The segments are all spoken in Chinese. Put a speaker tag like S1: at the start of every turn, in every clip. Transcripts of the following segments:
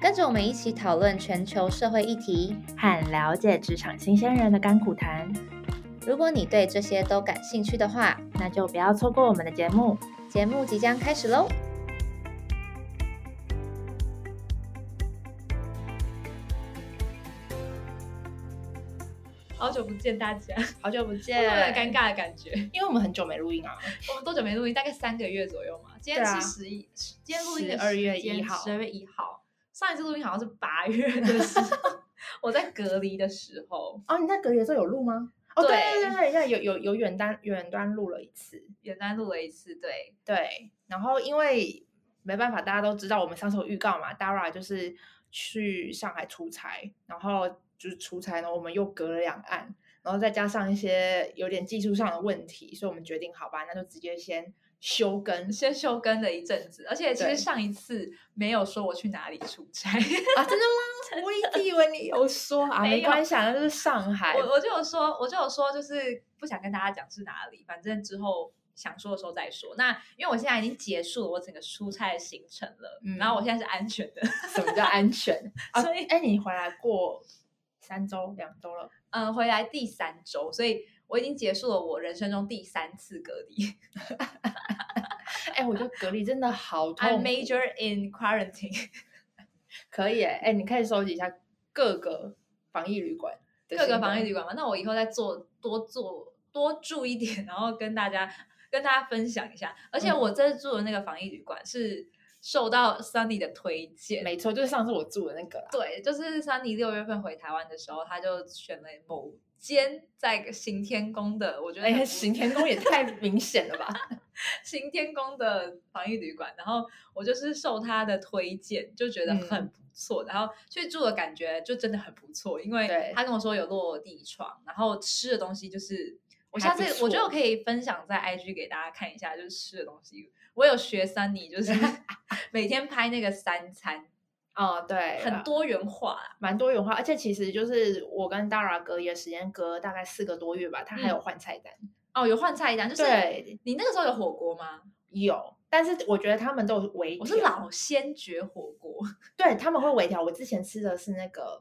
S1: 跟着我们一起讨论全球社会议题。
S2: 和了解职场新鲜人的甘苦谈，
S1: 如果你对这些都感兴趣的话，
S2: 那就不要错过我们的节目。
S1: 节目即将开始喽！
S3: 好久不见大家，
S4: 好久不见
S3: 会不，会有点尴，尬的感觉？
S4: 因为我们很久没录音啊。
S3: 我们多久没录音？大概三个月左右嘛。今天
S4: 对啊
S3: 是十一、十今天录音的
S4: 12月1号
S3: 十二月一号。上一次录音好像是八月的时候， 我在隔离的时候，
S4: 哦，你在隔离的时候有录吗？哦，
S3: 对
S4: 对对对对，要有有有远端远端录了一次，
S3: 简单录了一次。对，
S4: 对。然后因为没办法，大家都知道我们上次有预告嘛，Dara 就是去上海出差，然后就是出差呢，我们又隔了两岸，然后再加上一些有点技术上的问题，所以我们决定，好吧，那就直接先休更
S3: 先休更了一阵子，而且其实
S4: 对
S3: 上一次没有说我去哪里出 差，
S4: 啊！真的吗？我一直以为你有说啊，
S3: 没
S4: 没
S3: 有
S4: 关系啊，那就是上海
S3: 我我就有说，我就有说，就是不想跟大家讲是哪里，反正之后想说的时候再说。那因为我现在已经结束了我整个出差的行程了，
S4: 嗯
S3: 然后我现在是安全的，
S4: 什么叫安 全？啊
S3: 所以
S4: 哎、你回来过三周、两周了，
S3: 嗯，回来第三周，所以我已经结束了我人生中第三次隔离。
S4: 哎、我觉得隔离真的好
S3: I
S4: 痛苦。
S3: major in quarantine，
S4: 可以哎、哎、你可以收集一下各个防疫旅馆的
S3: 各
S4: 新
S3: 个
S4: 闻，
S3: 防疫旅馆嘛。那我以后再做多做多住一点，然后跟大家跟大家分享一下。而且
S4: 嗯
S3: 我这次住的那个防疫旅馆是受到 Sunny 的推荐。
S4: 没错，就是上次我住的那个啦。
S3: 对，就是 Sunny 六月份回台湾的时候，他就选了某间在行天宫的，我觉得
S4: 哎、
S3: 很不
S4: 行天宫也太明显 了吧？
S3: 新天宫的防疫旅馆，然后我就是受他的推荐，就觉得
S4: 嗯
S3: 很不错，然后去住的感觉就真的很不错，因为
S4: 对
S3: 他跟我说有落地窗，然后吃的东西就是我
S4: 还
S3: 下次
S4: 不错
S3: 我觉得我可以分享在 IG 给大家看一下，就是吃的东西，我有学三你就是 每天拍那个三餐，
S4: 哦，对，
S3: 很多元化啦，
S4: 蛮多元化，而且其实就是我跟 Dara 隔离的时间隔大概四个多月吧，他还有换菜单，
S3: 哦，有换菜单，嗯就是
S4: 对
S3: 你那个时候有火锅吗？
S4: 有，但是我觉得他们都有微调，
S3: 我是老先觉火锅，
S4: 对他们会微调。我之前吃的是那个，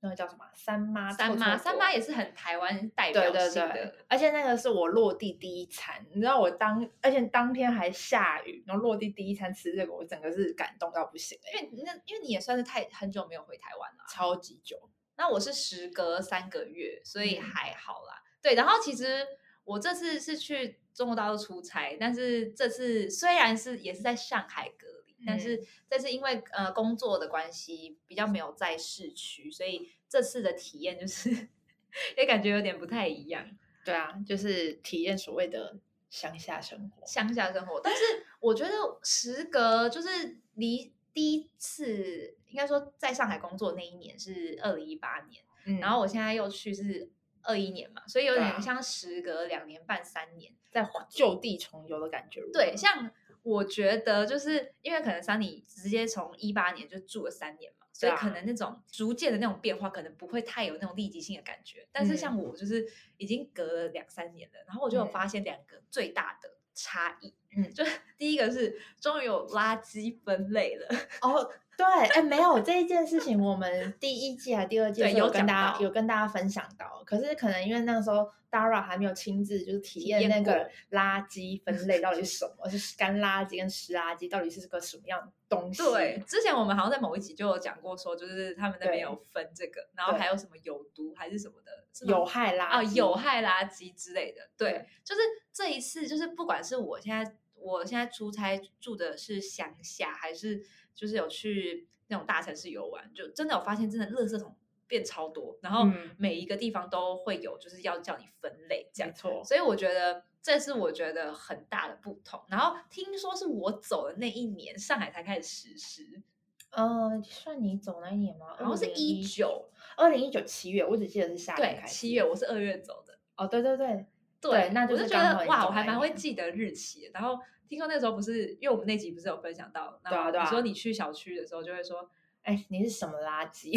S4: 那个叫什么啊三 妈
S3: 三妈，三妈
S4: 也
S3: 也是很台湾代
S4: 对
S3: 表
S4: 对
S3: 性的。
S4: 对，而且那个是我落地第一餐，你知道我当，而且当天还下雨，然后落地第一餐吃这个，我整个是感动到不行哎、
S3: 因为那因为你也算是太很久没有回台湾了，
S4: 超级久，
S3: 那我是时隔三个月，所以
S4: 嗯
S3: 还好啦。对，然后其实我这次是去中国大陆出差，但是这次虽然是也是在上海隔离，
S4: 嗯
S3: 但是这次因为呃工作的关系，比较没有在市区，所以这次的体验就是 也感觉有点不太一样。
S4: 对啊，就是体验所谓的乡下生活。
S3: 乡下生活，但是我觉得时隔就是离第一次，应该说在上海工作那一年是二零一八年，
S4: 嗯
S3: 然后我现在又去是二一年嘛，所以有
S4: 对啊
S3: 点像时隔两年半、三年。
S4: 在就地重游的感觉如何，
S3: 对，像我觉得就是因为可能桑尼直接从一八年就住了三年嘛，所以
S4: 对啊
S3: 可能那种逐渐的那种变化，可能不会太有那种立即性的感觉。但是像我就是已经隔了两三年了，然后我就有
S4: 嗯
S3: 发现两个最大的差异。
S4: 嗯
S3: 就是 第一个是终于有垃圾分类了，
S4: 哦，对，哎，没有这一件事情，我们第一季还第二季的
S3: 对
S4: 时候
S3: 有
S4: 跟
S3: 讲
S4: 大
S3: 到
S4: 家有跟大家分享到，可是可能因为那时候 Dara 还没有亲自就是体
S3: 体
S4: 验那
S3: 验
S4: 个垃圾分类到底是什么， 是干垃圾跟湿垃圾到底是个什么样的东西？
S3: 对，，之前我们好像在某一集就有讲过，说就是他们那边
S4: 对
S3: 有分这个，然后
S4: 对
S3: 还有什么有毒还是什么的，是吗
S4: 有害垃圾
S3: 啊有害垃圾之类的。对，
S4: 对
S3: 就是这一次，就是不管是我现在我现在出差住的是乡下，还是就是有去那种大城市游玩，就真的有发现，真的垃圾桶变超多，然后
S4: 嗯
S3: 每一个地方都会有，就是要叫你分类这样
S4: 没。错，
S3: 所以我觉得这是我觉得很大的不同。然后听说是我走的那一年，上海才开始实施，
S4: 呃，算你走那一年吗？
S3: 好像是嗯一
S4: 一
S3: 九，
S4: 二零一九七月，我只记得是夏天
S3: 对
S4: 开，始。
S3: 七月，我是二月走的。
S4: 哦，对对对，
S3: 对，
S4: 那就
S3: 我就是觉
S4: 刚
S3: 得
S4: 好你
S3: 哇，
S4: 走
S3: 我还
S4: 那一
S3: 蛮会
S4: 年
S3: 记得日期的。然后听说那时候不是，因为我们那集不是有分享到，然
S4: 对啊
S3: 后
S4: 对
S3: 你说
S4: 啊
S3: 你去小区的时候就会说，
S4: 哎，你是什么垃 圾？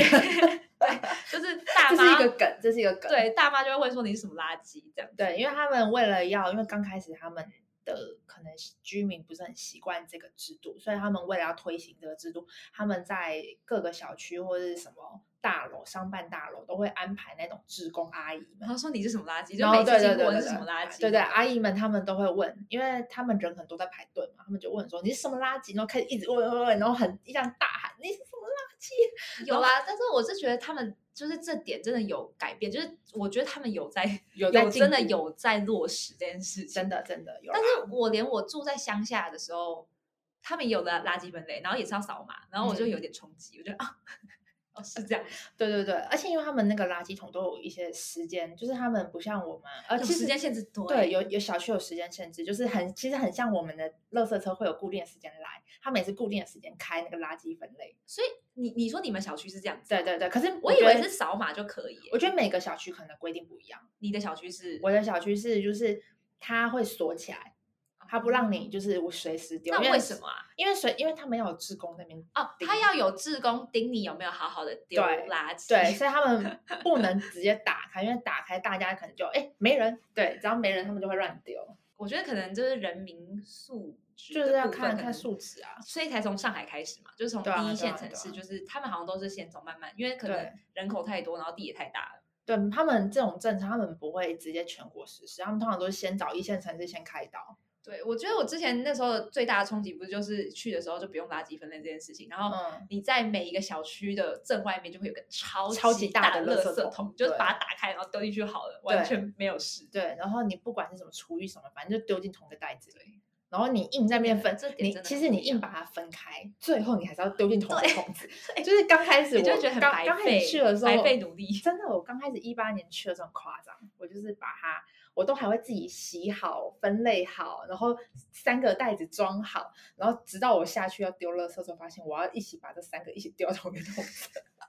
S4: 这
S3: 就是大
S4: 是一
S3: 妈
S4: 个梗，这是一个梗。
S3: 对大妈就会问说你是什么垃圾这样子。
S4: 对，因为他们为了要，因为刚开始他们的可能是居民不是很习惯这个制度，所以他们为了要推行这个制度，他们在各个小区或者是什么大楼、商办大楼都会安排那种志工阿姨们
S3: 然。后说你是什么垃啊圾，就
S4: 然
S3: 每
S4: 后
S3: 次
S4: 对对
S3: 经
S4: 对
S3: 过
S4: 对
S3: 你是什么垃圾，
S4: 对对，阿姨们她们都会问，因为他们人很多在排队嘛，他们就问说你是什么垃圾，然后开始一直问问问，然后很这样大喊你是什么垃圾，
S3: 有啦，但是我是觉得他们就是这点真的有改变，就是我觉得他们有在
S4: 有在
S3: 有
S4: 进
S3: 真的
S4: 步
S3: 有在落实这件事情。
S4: 真的真的有啦。
S3: 但是我连我住在乡下的时候，他们有的垃圾分类，然后也是要扫码，然后我就
S4: 嗯
S3: 有点冲击，我觉得啊， 哦是这样，
S4: 对对对，而且因为他们那个垃圾桶都有一些时间，就是他们不像我们，呃，
S3: 有
S4: 其
S3: 时
S4: 实
S3: 间限制多
S4: 对，有有小区有时间限制，就是很其实很像我们的垃圾车会有固定的时间来，他们也是固定的时间开那个垃圾分类。
S3: 所以你你说你们小区是这样子，
S4: 对，对对，可是
S3: 我以
S4: 觉
S3: 为
S4: 得
S3: 是，扫码就可以耶，
S4: 我觉得每个小区可能规定不一样。
S3: 你的小区是
S4: 我的小区是就是它会锁起来，它不让你就是我随时丢。
S3: 哦那
S4: 因
S3: 为什？么啊？
S4: 因为随因为他们要有职工那边
S3: 哦，
S4: 盯
S3: 他要有志工盯你有没有好好的丢
S4: 对
S3: 垃圾，
S4: 对，所以他们不能直接打开，因为打开大家可能就哎、没人，对，只要没人他们就会乱丢，
S3: 我觉得可能就是人民素质
S4: 就是
S3: 的
S4: 要
S3: 部分
S4: 看
S3: 可
S4: 看
S3: 能
S4: 素质啊。
S3: 所以才从上海开始嘛，就是从
S4: 对啊
S3: 第一线
S4: 对啊
S3: 城
S4: 对
S3: 市，
S4: 啊
S3: 就是他们好像都是先从慢慢，因为可
S4: 对
S3: 能人口太多，然后地也太大了。
S4: 对他们这种政策，他们不会直接全国实施，他们通常都是先找一线城市先开刀。
S3: 对，我觉得我之前那时候最大的冲击，不是就是去的时候就不用垃圾分类这件事情，然后
S4: 嗯，
S3: 你在每一个小区的正外面就会有个超
S4: 超
S3: 级
S4: 级大
S3: 的
S4: 的垃圾
S3: 圾
S4: 桶
S3: 桶，就是
S4: 对
S3: 把它打开然后丢进去好了，完
S4: 对
S3: 全没有事。
S4: 对，然后你不管是什么厨余什么，反正就丢进同一个袋子里。然后你硬在那边
S3: 对
S4: 分
S3: 这，点
S4: 你
S3: 真的
S4: 其
S3: 很
S4: 实
S3: 不
S4: 你
S3: 一
S4: 硬
S3: 样
S4: 把它分开，最后你还是要丢进同一个
S3: 对
S4: 桶子。
S3: 对
S4: 就是刚开始
S3: 你
S4: 我
S3: 就会觉得很
S4: 刚
S3: 白
S4: 刚开
S3: 费
S4: 始去的时候，
S3: 白费努力
S4: 真的，我刚开始一八年去的时候很夸张，我就是把它，我都还会自己洗好、分类好，然后三个袋子装好，然后直到我下去要丢垃圾的时候，发现我要一起把这三个一起丢到同一个桶子。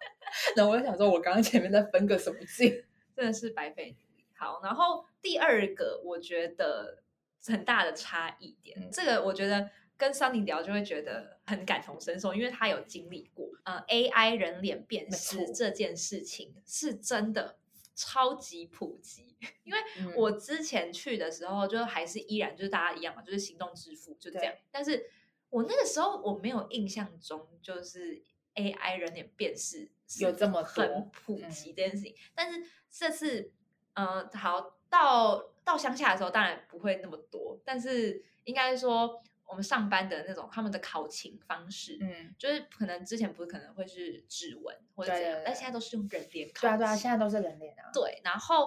S4: 然后我就想说，我刚刚前面在分个什么劲？
S3: 真的是白费努力。好，然后第二个我觉得很大的差异点，
S4: 嗯
S3: 这个我觉得跟桑尼聊就会觉得很感同身受，因为他有经历过，呃，AI 人脸辨
S4: 没错
S3: 识这件事情是真的超级普及。因为
S4: 嗯
S3: 我之前去的时候，就还是依然就是大家一样嘛，就是行动支付就这样，但是我那个时候我没有印象中就是 AI 人脸辨识是
S4: 有这么多嗯
S3: 很普及这件事情，但是这次呃好到到乡下的时候当然不会那么多，但是应该说我们上班的那种他们的考勤方式，
S4: 嗯，
S3: 就是可能之前不是可能会是指纹或者
S4: 对
S3: 怎样，
S4: 对对
S3: 但现在都是用人脸考勤。
S4: 对啊对啊，现在都是人脸啊。
S3: 对，然后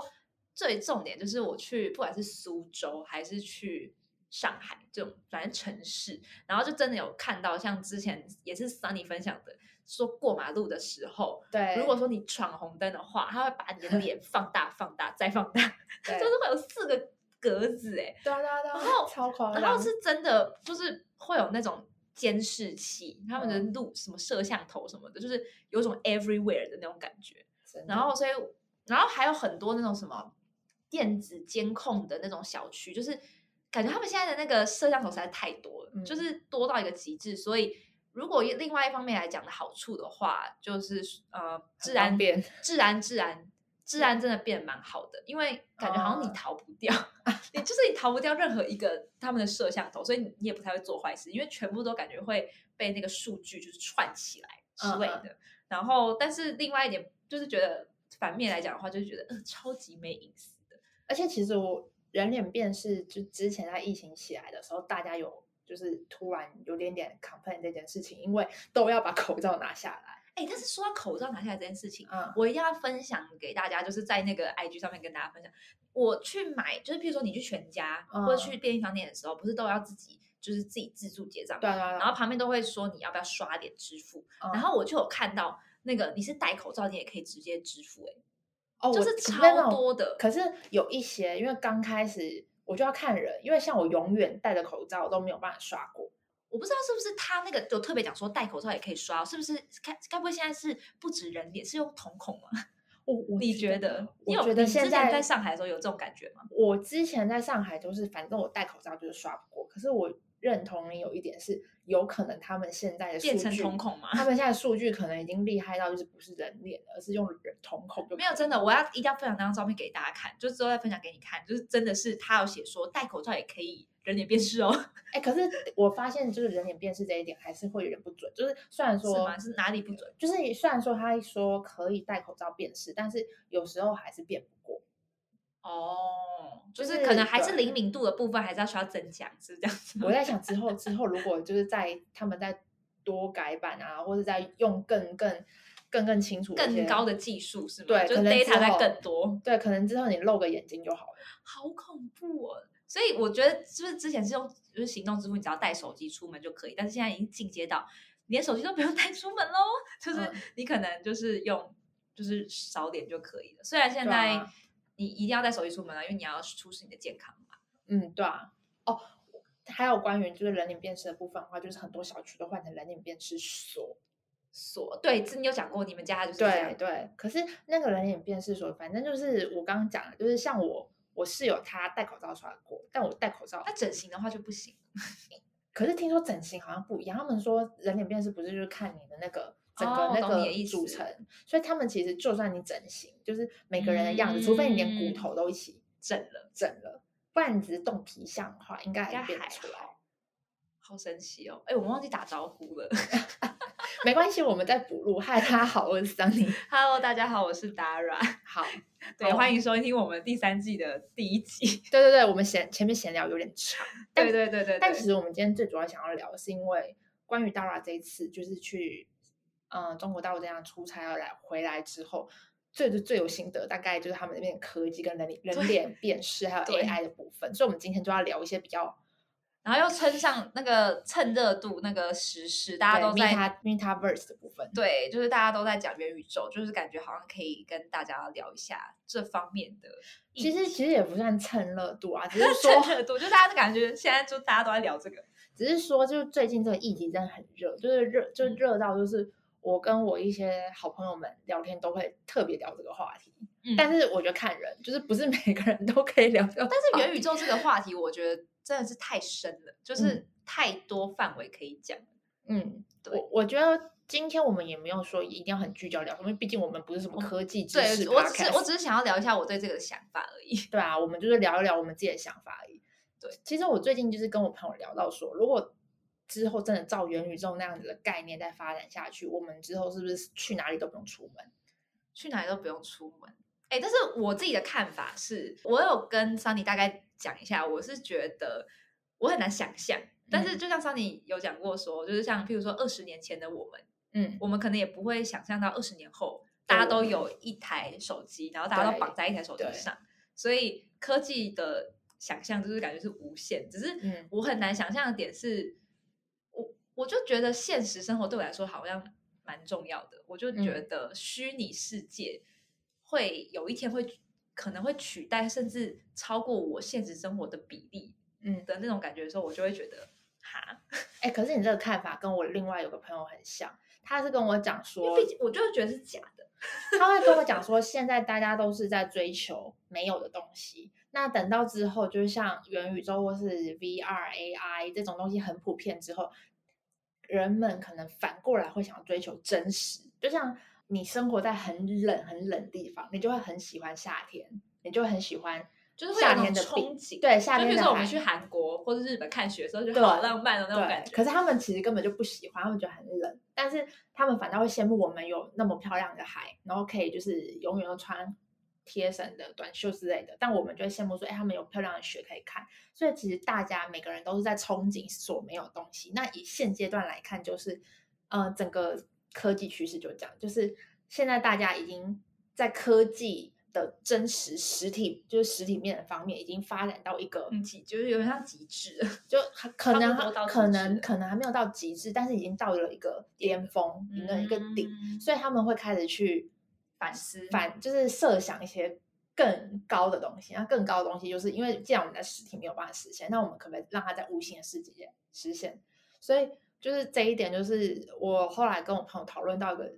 S3: 最重点就是我去，不管是苏州还是去上海这种反正城市，然后就真的有看到，像之前也是 Sunny 分享的，说过马路的时候，
S4: 对，
S3: 如果说你闯红灯的话，他会把你的脸放大、放大再放大，
S4: 对
S3: 就是会有四个格子哎、
S4: 对啊对啊对啊，
S3: 然后
S4: 超夸张，
S3: 然后是真的就是会有那种。监视器，他们的
S4: 嗯
S3: 路什么摄像头什么的，就是有一种 everywhere 的那种感觉。
S4: 真的
S3: 然后所以，然后还有很多那种什么电子监控的那种小区，就是感觉他们现在的那个摄像头实在太多了，就
S4: 嗯
S3: 是多到一个极致。所以，如果一另外一方面来讲的好处的话，就是呃，治
S4: 方
S3: 安
S4: 便
S3: 治安治安治安真的变蛮好的，因为感觉好像你
S4: 哦
S3: 逃不掉， 你就是你逃不掉任何一个他们的摄像头，所以你你也不太会做坏事，因为全部都感觉会被那个数据就是串起来之
S4: 嗯
S3: 类
S4: 嗯
S3: 的。然后，但是另外一点就是觉得反面来讲的话，就是觉得嗯、呃超级没隐私的。
S4: 而且其实我人脸辨识，就之前在疫情起来的时候，大家有就是突然有点点 complain 这件事情，因为都要把口罩拿下来。
S3: 哎，但是说到口罩拿下来这件事情，
S4: 嗯，
S3: 我一定要分享给大家，就是在那个 IG 上面跟大家分享，我去买，就是譬如说你去全家、或者
S4: 嗯
S3: 去便利商店的时候，不是都要自己就是自己自助结账吗
S4: 对啊对啊。
S3: 然后旁边都会说你要不要刷脸支付，
S4: 嗯
S3: 然后我就有看到那个你是戴口罩，你也可以直接支付、欸，
S4: 哦，
S3: 就
S4: 我
S3: 是
S4: 其实那
S3: 超
S4: 种
S3: 多的
S4: 可是有一些，因为刚开始我就要看人，因为像我永远戴着口罩都没有办法刷过。
S3: 我不知道是不是他那个有特别讲说戴口罩也可以刷，是不是？该该不会现在是不止人脸，是用瞳孔吗？
S4: 我我
S3: 你觉得？你
S4: 我
S3: 有
S4: 觉得
S3: 你之
S4: 现
S3: 前
S4: 在
S3: 在上海的时候有这种感觉吗？
S4: 我之前在上海就是，反正我戴口罩就是刷不过。可是我认同你有一点是，有可能他们现在的
S3: 变
S4: 数
S3: 成
S4: 据，
S3: 瞳孔吗？
S4: 他们现在的数据可能已经厉害到就是不是人脸，而是用人瞳孔就
S3: 没有
S4: 可以
S3: 真的，我要一定要分享那张照片给大家看，就之后再分享给你看。就是真的是他有写说戴口罩也可以人脸辨识哦，
S4: 哎、可是我发现就是人脸辨识这一点还是会有点不准，就是虽然
S3: 是
S4: 说
S3: 吗？是哪里不准？
S4: 就是虽然说他说可以戴口罩辨识，但是有时候还是辨不 过。
S3: 哦，就
S4: 就是
S3: 是可能还是
S4: 对
S3: 灵敏度的部分还是要需要增强，是这样子吗
S4: 我？在想之后之后如果就是在他们再多改版啊，或者再用更更更更清楚一
S3: 更
S4: 些
S3: 高的技术是吗？
S4: 对可
S3: 就是
S4: 能之
S3: data 在
S4: 后
S3: 更多，
S4: 对，可能之后你露个眼睛就好了。
S3: 好恐怖哦！所以我觉得是不是之前是用就是行动支付，你只要带手机出门就可以，但是现在已经进阶到连手机都不用带出门喽，就是
S4: 嗯
S3: 你可能就是用就是扫脸就可以了。虽然现
S4: 对
S3: 在
S4: 啊
S3: 你一定要带手机出门啊，因为你要出示你的健康嘛。
S4: 嗯，对啊。哦，还有关于就是人脸辨识的部分的话，就是很多小区都换成人脸辨识锁。
S3: 锁对，这你有讲过，你们家就是这
S4: 对
S3: 样。
S4: 对，可是那个人脸辨识锁，反正就是我刚刚讲的，就是像我我室友她戴口罩刷过，但我戴口罩
S3: 那整形的话就不行，
S4: 可是听说整形好像不一样，他们说人脸辨识不是就是看你的那个整
S3: 哦
S4: 个那
S3: 懂你的
S4: 个
S3: 意
S4: 组
S3: 思
S4: 成，所以他们其实就算你整形，就是每个人的样子，除非你连
S3: 嗯
S4: 骨头都一起
S3: 整了
S4: 整了，不然你只是动皮相的话，应该
S3: 应该
S4: 还是辨
S3: 还
S4: 不出来。
S3: 好。好神奇哦！哎，我忘记打招呼了。
S4: 没关系，我们再补录。嗨，大家好，我是桑 尼。
S3: Hello，大家好，我是 Dara。
S4: 好，
S3: 对，
S4: 好
S3: 欢迎收听我们第三季的第一集。
S4: 对对对，我们闲前面闲聊有点长，但
S3: 对对对对
S4: 但
S3: 对
S4: 其实我们今天最主要想要聊，是因为关于 Dara 这一次就是去嗯、呃中国大陆这样出差要来回来之后，最最最有心得，大概就是他们那边的科技跟人脸人
S3: 对
S4: 脸辨识还有
S3: 对
S4: AI 的部分，所以我们今天就要聊一些比较
S3: 然后又称上那个趁热度那个时事，大
S4: 对
S3: 家都在
S4: Meta MetaVerse 的部分。
S3: 对，就是大家都在讲元宇宙，就是感觉好像可以跟大家聊一下这方面 的议
S4: 其
S3: 题。
S4: 实其实也不算蹭热度啊，只是
S3: 趁
S4: 说
S3: 热度，就大家都感觉现在就大家都在聊这个。
S4: 只是说，就是最近这个议题真的很热，就是热就
S3: 嗯
S4: 热到就是我跟我一些好朋友们聊天都会特别聊这个话题，
S3: 嗯
S4: 但是我觉得看人，就是不是每个人都可以聊到。
S3: 但是元宇宙这个话题，我觉得真的是太深了，就是太多范围可以讲。
S4: 嗯，
S3: 对
S4: 我我觉得今天我们也没有说一定要很聚焦聊什么，因为毕竟我们不是什么
S3: 我们
S4: 科技知
S3: 对
S4: 识 podcast，
S3: 我只是我只是想要聊一下我对这个的想法而已。
S4: 对啊，我们就是聊一聊我们自己的想法而已。
S3: 对，
S4: 其实我最近就是跟我朋友聊到说，如果之后真的照元宇宙那样子的概念再发展下去，我们之后是不是去哪里都不用出门？
S3: 去哪里都不用出门。哎，但是我自己的看法是，我有跟桑尼大概讲一下，我是觉得我很难想象。但
S4: 嗯
S3: 是就像桑尼有讲过说，就是像譬如说二十年前的我们，
S4: 嗯，
S3: 我们可能也不会想象到二十年后大家都有一台手机，然后大家都
S4: 对
S3: 绑在一台手机
S4: 对
S3: 上，所以科技的想象就是感觉是无限。只是
S4: 嗯
S3: 我很难想象的点是，我我就觉得现实生活对我来说好像蛮重要的，我就觉
S4: 嗯
S3: 得虚拟世界会有一天会可能会取代甚至超过我现实生活的比例
S4: 嗯，
S3: 的那种感觉的时候，我就会觉得。哈，
S4: 哎、可是你这个看法跟我另外有个朋友很像，他是跟我讲
S3: 因
S4: 说
S3: 为，毕竟我就觉得是假的，
S4: 他会跟我 讲说，现在大家都是在追求没有的东西。那等到之后，就是像元宇宙或是 VR、AI 这种东西很普遍之后，人们可能反过来会想要追求真实。就像你生活在很冷、很冷的地方，你就会很喜欢夏天，你就会很喜欢
S3: 就是会有
S4: 夏
S3: 一种
S4: 天的
S3: 憧
S4: 冰
S3: 憬，
S4: 对夏
S3: 就
S4: 天
S3: 比
S4: 的
S3: 如说我们
S4: 海
S3: 去韩国或者日本看雪的时候，就
S4: 对
S3: 好浪漫的哦那种感
S4: 对，
S3: 觉。
S4: 可是他们其实根本就不喜欢，他们觉得很冷，但是他们反倒会羡慕我们有那么漂亮的海，然后可以就是永远都穿贴身的短袖之类的。但我们就会羡慕说，哎，他们有漂亮的雪可以看。所以其实大家每个人都是在憧憬所没有的东西。那以现阶段来看，就是呃，整个科技趋势就这样，就是现在大家已经在科技。的真实实体就是实体面的方面，已经发展到一个
S3: 嗯，极就是有点像极致。
S4: 就还 可
S3: 差
S4: 能
S3: 不多
S4: 还
S3: 到
S4: 可
S3: 极致
S4: 能
S3: 了
S4: 可能还没有到极致，但是已经到了一个巅峰，一个一个
S3: 嗯
S4: 顶，所以他们会开始去
S3: 反思
S4: 反就是设想一些更高的东西。那更高的东西，就是因为既然我们在实体没有办法实现，那我们可不可以让它在无形的世界实现？所以就是这一点，就是我后来跟我朋友讨论到一个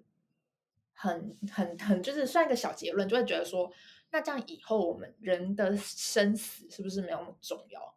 S4: 很很很，就是算一个小结论，就会觉得说，那这样以后我们人的生死是不是没有那么重要？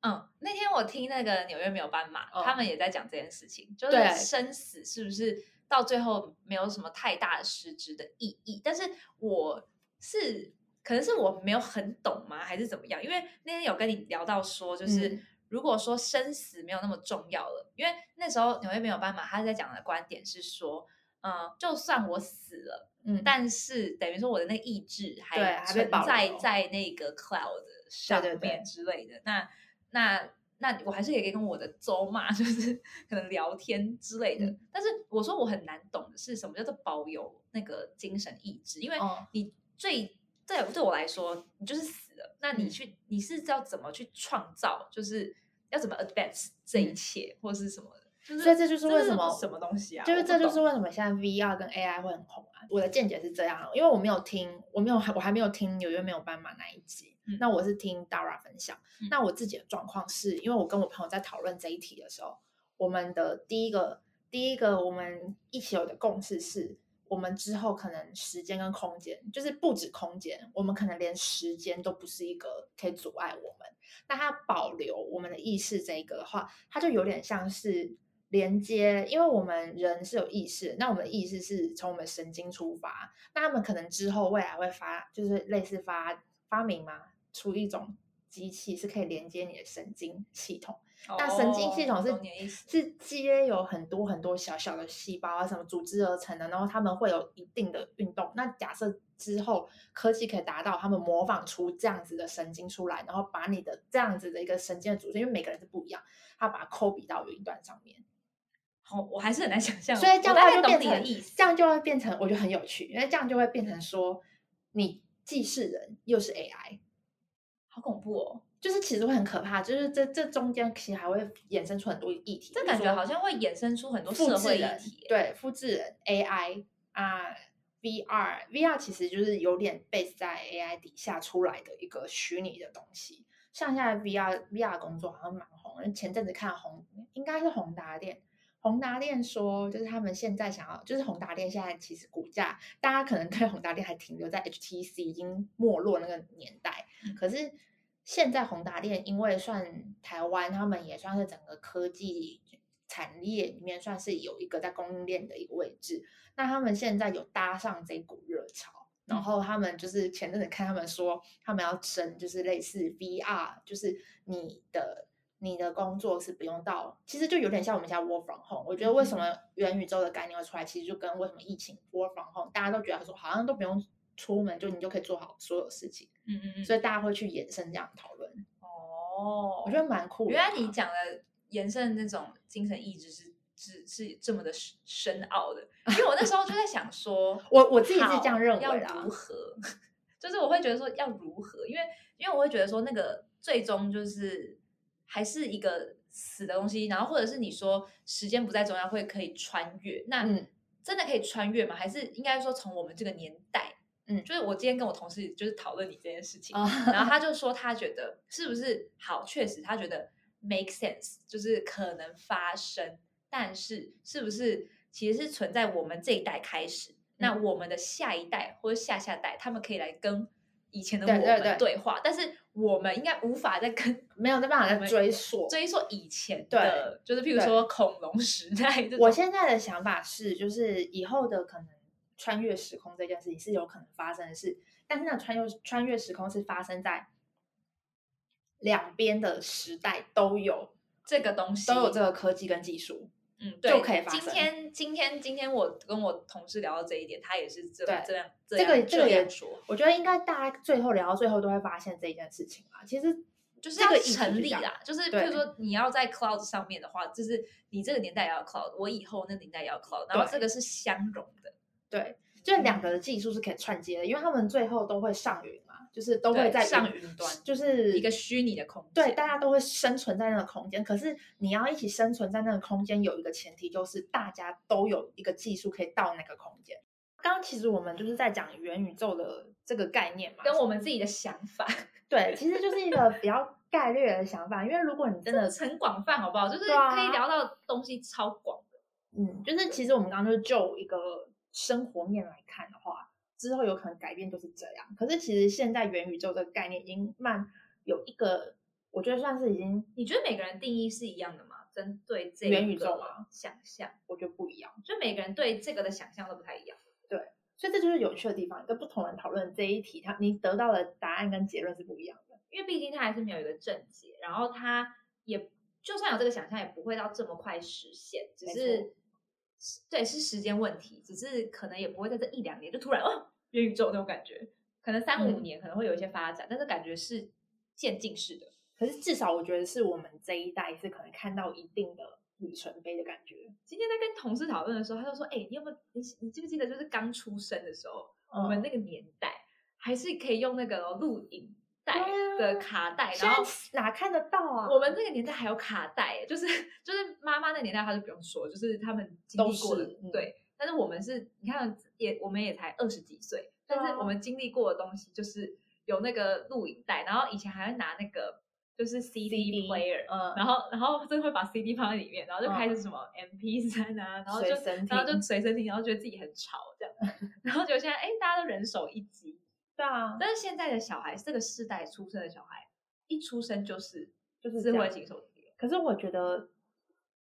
S3: 嗯，那天我听那个纽约没有斑马，
S4: 嗯
S3: 他们也在讲这件事情，就
S4: 对
S3: 是生死是不是到最后没有什么太大的实质的意义？但是我是可能是我没有很懂吗，还是怎么样？因为那天有跟你聊到说，就是、
S4: 嗯
S3: 如果说生死没有那么重要了，因为那时候纽约没有斑马他在讲的观点是说，嗯、就算我死了。
S4: 嗯
S3: 但是等于说我的那个意志
S4: 对
S3: 还
S4: 还被
S3: 存
S4: 保
S3: 在
S4: 留
S3: 在那个 cloud 上
S4: 对对
S3: 面之类的。那那那我还是可以跟我的周嘛，就是可能聊天之类的。
S4: 嗯
S3: 但是我说我很难懂的是什么叫做保有那个精神意志，因为
S4: 哦
S3: 你最对对我来说，你就是死了。那你
S4: 嗯
S3: 去、你是要怎么去创造，就是要怎么 advance 这一切、或是什么的？就是
S4: 嗯所以这就是为什么
S3: 什么东西啊？
S4: 就是
S3: 我不
S4: 这就
S3: 懂
S4: 是为什么现在 VR 跟 AI 会很红啊。我的见解是这样，因为我没有听，我没有我还没有听纽约没有斑马那一集，
S3: 嗯
S4: 那我是听 Dara 分享。
S3: 嗯
S4: 那我自己的状况是因为我跟我朋友在讨论这一题的时候，我们的第一个第一个我们一起有的共识是。我们之后可能时间跟空间，就是不止空间，我们可能连时间都不是一个可以阻碍我们。那它保留我们的意识这一个的话，它就有点像是连接，因为我们人是有意识的，那我们的意识是从我们神经出发，那他们可能之后未来会发，就是类似发发明嘛，出一种机器是可以连接你的神经系统，那神经系统
S3: 哦
S4: 是
S3: 懂你的意思
S4: 是接有很多很多小小的细胞啊，什么组织而成的，然后他们会有一定的运动。那假设之后科技可以达到，他们模仿出这样子的神经出来，然后把你的这样子的一个神经的组织，因为每个人是不一样，他把它抠比到云端上面，
S3: 好，我还是很难想象。
S4: 所以这样
S3: 我大
S4: 它
S3: 概
S4: 就
S3: 懂
S4: 变
S3: 你的
S4: 成
S3: 意思。
S4: 这样就会变成，我觉得很有趣，因为这样就会变成说你既是人又是 AI。
S3: 好恐怖哦！
S4: 就是其实会很可怕，就是这这中间其实还会衍生出很多议题，
S3: 这
S4: 比如
S3: 感觉
S4: 说
S3: 好像会衍生出很多
S4: 复
S3: 社
S4: 制
S3: 会议
S4: 人
S3: 题耶。
S4: 对，复制人 AI 啊、VR VR 其实就是有点 base 在 AI 底下出来的一个虚拟的东西。像现在 VR VR 工作好像蛮红的，前阵子看红应该是宏达电。宏达电说，就是他们现在想要，就是宏达电现在其实股价，大家可能对宏达电还停留在 HTC 已经没落那个年代，可是现在宏达电因为算台湾，他们也算是整个科技产业里面算是有一个在供应链的一个位置。那他们现在有搭上这股热潮，然后他们就是前阵子看他们说，他们要升，就是类似 VR，就是你的。你的工作是不用到，其实就有点像我们现在 work from home。我觉得为什么元宇宙的概念会出来，其实就跟为什么疫情 work from home，大家都觉得说好像都不用出门，就你就可以做好所有事情。
S3: 嗯嗯嗯。
S4: 所
S3: 以
S4: 以大家会去延伸这样的讨论，
S3: 哦，
S4: 我觉得蛮酷的
S3: 原
S4: 啊。，
S3: 来你讲的延伸那种精神意志是是是这么的深深奥的，因为我那时候就在想说
S4: 我我自己是这
S3: 好
S4: 样认为
S3: 要
S4: 的啊
S3: 如何？ 就是我会觉得说要如何，因为因为我会觉得说那个最终就是还是一个死的东西，然后或者是你说时间不再重要，会可以穿越那。
S4: 嗯，
S3: 真的可以穿越吗？还是应该说从我们这个年代，
S4: 嗯
S3: 就是我今天跟我同事就是讨论你这件事情，
S4: 啊，
S3: 然后他就说他觉得是不是好，确实他觉得 make sense，就是可能发生，但是是不是其实是存在我们这一代开
S4: 嗯
S3: 始，那我们的下一代或者下下代，他们可以来跟以前的我
S4: 对对
S3: 们
S4: 对
S3: 对话，但是我们应该无法再跟
S4: 没有办法
S3: 我
S4: 再
S3: 们
S4: 追溯。
S3: 追溯以前的，就是譬如说恐龙时代这种，
S4: 我现在的想法是，就是以后的可能穿越时空这件事情是有可能发生的事，但是那穿越穿越时空是发生在两边的时代都有
S3: 这个东西
S4: 都有这个科技跟技术，
S3: 嗯，
S4: 就
S3: 对，
S4: 可以发
S3: 今
S4: 生
S3: 天，今天，今天我跟我同事聊到这一点，他也是这么
S4: 对
S3: 这样这
S4: 这个
S3: 样
S4: 这个也
S3: 样说，
S4: 我觉得应该大家最后聊到最后都会发现这一件事情啊。其实
S3: 就是
S4: 这
S3: 要
S4: 个议题
S3: 成
S4: 是这
S3: 立
S4: 样
S3: 啦。就是
S4: 对
S3: 譬如说，你要在 cloud 上面的话，就是你这个年代也要 cloud，我以后那个年代也要 cloud，然后
S4: 对
S3: 这个是相容的。
S4: 对，就
S3: 嗯
S4: 两个的技术是可以串接的，因为他们最后都会上云嘛，就是都
S3: 对
S4: 会在
S3: 上云端
S4: 就是
S3: 一个虚拟的空间
S4: 对，大家都会生存在那个空间。可是你要一起生存在那个空间，有一个前提就是大家都有一个技术可以到那个空间。刚刚其实我们就是在讲元宇宙的这个概念嘛，
S3: 跟我们自己的想法，
S4: 对，其实就是一个比较概略的想法，因为如果你真的
S3: 很广泛，好不好？就是
S4: 对啊
S3: 可以聊到东西超广的。
S4: 嗯，就是其实我们刚刚就是就一个生活面来看的话，之后有可能改变就是这样。可是其实现在元宇宙这个概念已经慢有一个，我觉得算是已经
S3: 你觉得每个人定义是一样的吗？针对这
S4: 元宇
S3: 个
S4: 宙吗
S3: 想象，
S4: 我觉得不一样，
S3: 就每个人对这个的想象都不太一样。
S4: 所以这就是有趣的地方，跟不同人讨论这一题，他你得到的答案跟结论是不一样的。
S3: 因为毕竟它还是没有一个正解，然后它也就算有这个想象，也不会到这么快实现，只
S4: 没
S3: 是对是时间问题，只是可能也不会在这一两年就突然哦元宇宙那种感觉，可能三五
S4: 嗯
S3: 年可能会有一些发展，但是感觉是渐进式的，
S4: 可是至少我觉得是我们这一代是可能看到一定的里程碑的感觉。
S3: 今天在跟同事讨论的时候，他就说：“哎、你有没有你你记不记得，就是刚出生的时候，我
S4: 嗯
S3: 们那个年代还是可以用那个哦录影带
S4: 对啊
S3: 的卡带，
S4: 现
S3: 然后
S4: 在哪看得到啊？
S3: 我们那个年代还有卡带耶，就是 就是妈妈那年代，她就不用说，就是他们经历过的
S4: 都是嗯
S3: 对。但是我们是，你看也我们也才二十几岁，
S4: 对啊
S3: 但是我们经历过的东西就是有那个录影带，然后以前还会拿那个就是 CD player，
S4: 嗯，
S3: 然后然后就会把 CD 放在里面，然后就开始什么 MP 三啊，然后就
S4: 随身
S3: 然后就
S4: 听
S3: 随身听，然后觉得自己很潮 这样，然后就现在哎大家都人手一机，
S4: 对啊，
S3: 但是现在的小孩这个世代出生的小孩，一出生就是
S4: 就是这
S3: 智慧
S4: 样
S3: 型手机了。
S4: 可是我觉得，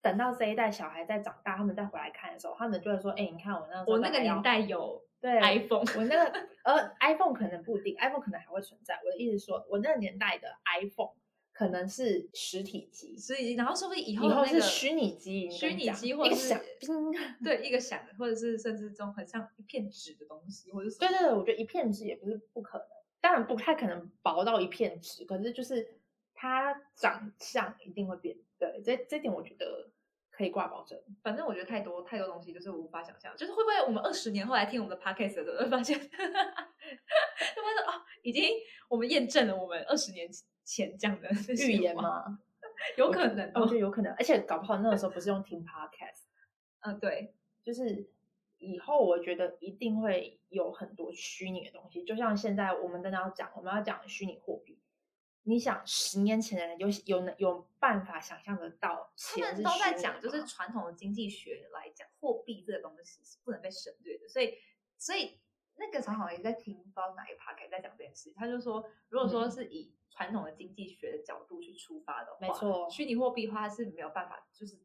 S4: 等到这一代小孩再长大，他们再回来看的时候，他们就会说：“哎、你看我那时候
S3: 我那
S4: 大
S3: 个
S4: 概要
S3: 年代有
S4: 对
S3: iPhone，
S4: 我那个呃 iPhone 可能不一定，iPhone 可能还会存在。我的意思是说，我那个年代的 iPhone 可能是实体机，
S3: 所以然后说不定以
S4: 以
S3: 后
S4: 后
S3: 那
S4: 是
S3: 个
S4: 虚拟机，你
S3: 虚
S4: 跟你
S3: 拟
S4: 讲哎
S3: 机
S4: 一
S3: 或者
S4: 个
S3: 是
S4: 响叮。
S3: 对一个响，或者是甚至这种很像一片纸的东西，或者是
S4: 对对对，我觉得一片纸也不是不可能，当然不太可能薄到一片纸，可是就是它长相一定会变。对，这这点我觉得可以挂保证。
S3: 反正我觉得太多太多东西就是无法想象，就是会不会我们二十年后来听我们的 podcast 的时候，会发现， 就发现哦，已经我们验证了我们二十年前讲的那些
S4: 预言
S3: 话？
S4: 吗？
S3: 有
S4: 我
S3: 可
S4: 觉
S3: 能
S4: 我觉
S3: 哦，
S4: 得有可能，而且搞不好那个时候不是用听 podcast，
S3: 嗯，对，
S4: 就是以后我觉得一定会有很多虚拟的东西，就像现在我们真的要讲，我们要讲虚拟货币。你想，十年前的人有有能有办法想象得到
S3: 他
S4: 钱
S3: 们
S4: 是
S3: 都在
S4: 虚拟
S3: 讲，就
S4: 的
S3: 是
S4: 吗
S3: 传统的经济学来讲，货币这个东西是不能被省略的，所以，所以那个常好也在听，不知道哪一 podcast 在讲这件事，他就说，如果说
S4: 嗯
S3: 是以传统的经济学的角度去出发的话，
S4: 没错
S3: 虚拟货币的话是没有办法，就是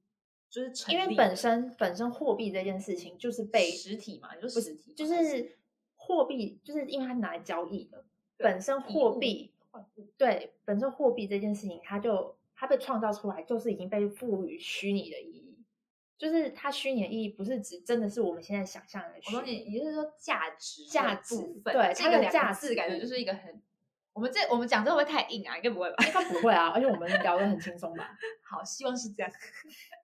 S3: 就是成
S4: 因为
S3: 立
S4: 本
S3: 的
S4: 身本身货币这件事情就是被
S3: 实体嘛，你说
S4: 不
S3: 实
S4: 是
S3: 体
S4: 就
S3: 嘛还
S4: 是货币，就是因为它拿来交易的，
S3: 对
S4: 本身
S3: 以
S4: 货
S3: 物
S4: 币
S3: 换物
S4: 对本身货币这件事情，它就它被创造出来，就是已经被赋予虚拟的意义，就是它虚拟的意义不是指真的是我们现在想象的
S3: 我
S4: 虚
S3: 说你，
S4: 拟，
S3: 你是说价值的
S4: 价值
S3: 部分？
S4: 对
S3: 这
S4: 它
S3: 个
S4: 的
S3: 两个
S4: 价
S3: 字
S4: 值
S3: 感觉
S4: 部
S3: 就是一个很，我们这我们讲这会不会太硬啊？应该不会吧？
S4: 应该不会啊，而且我们聊得很轻松吧？
S3: 好，希望是这样。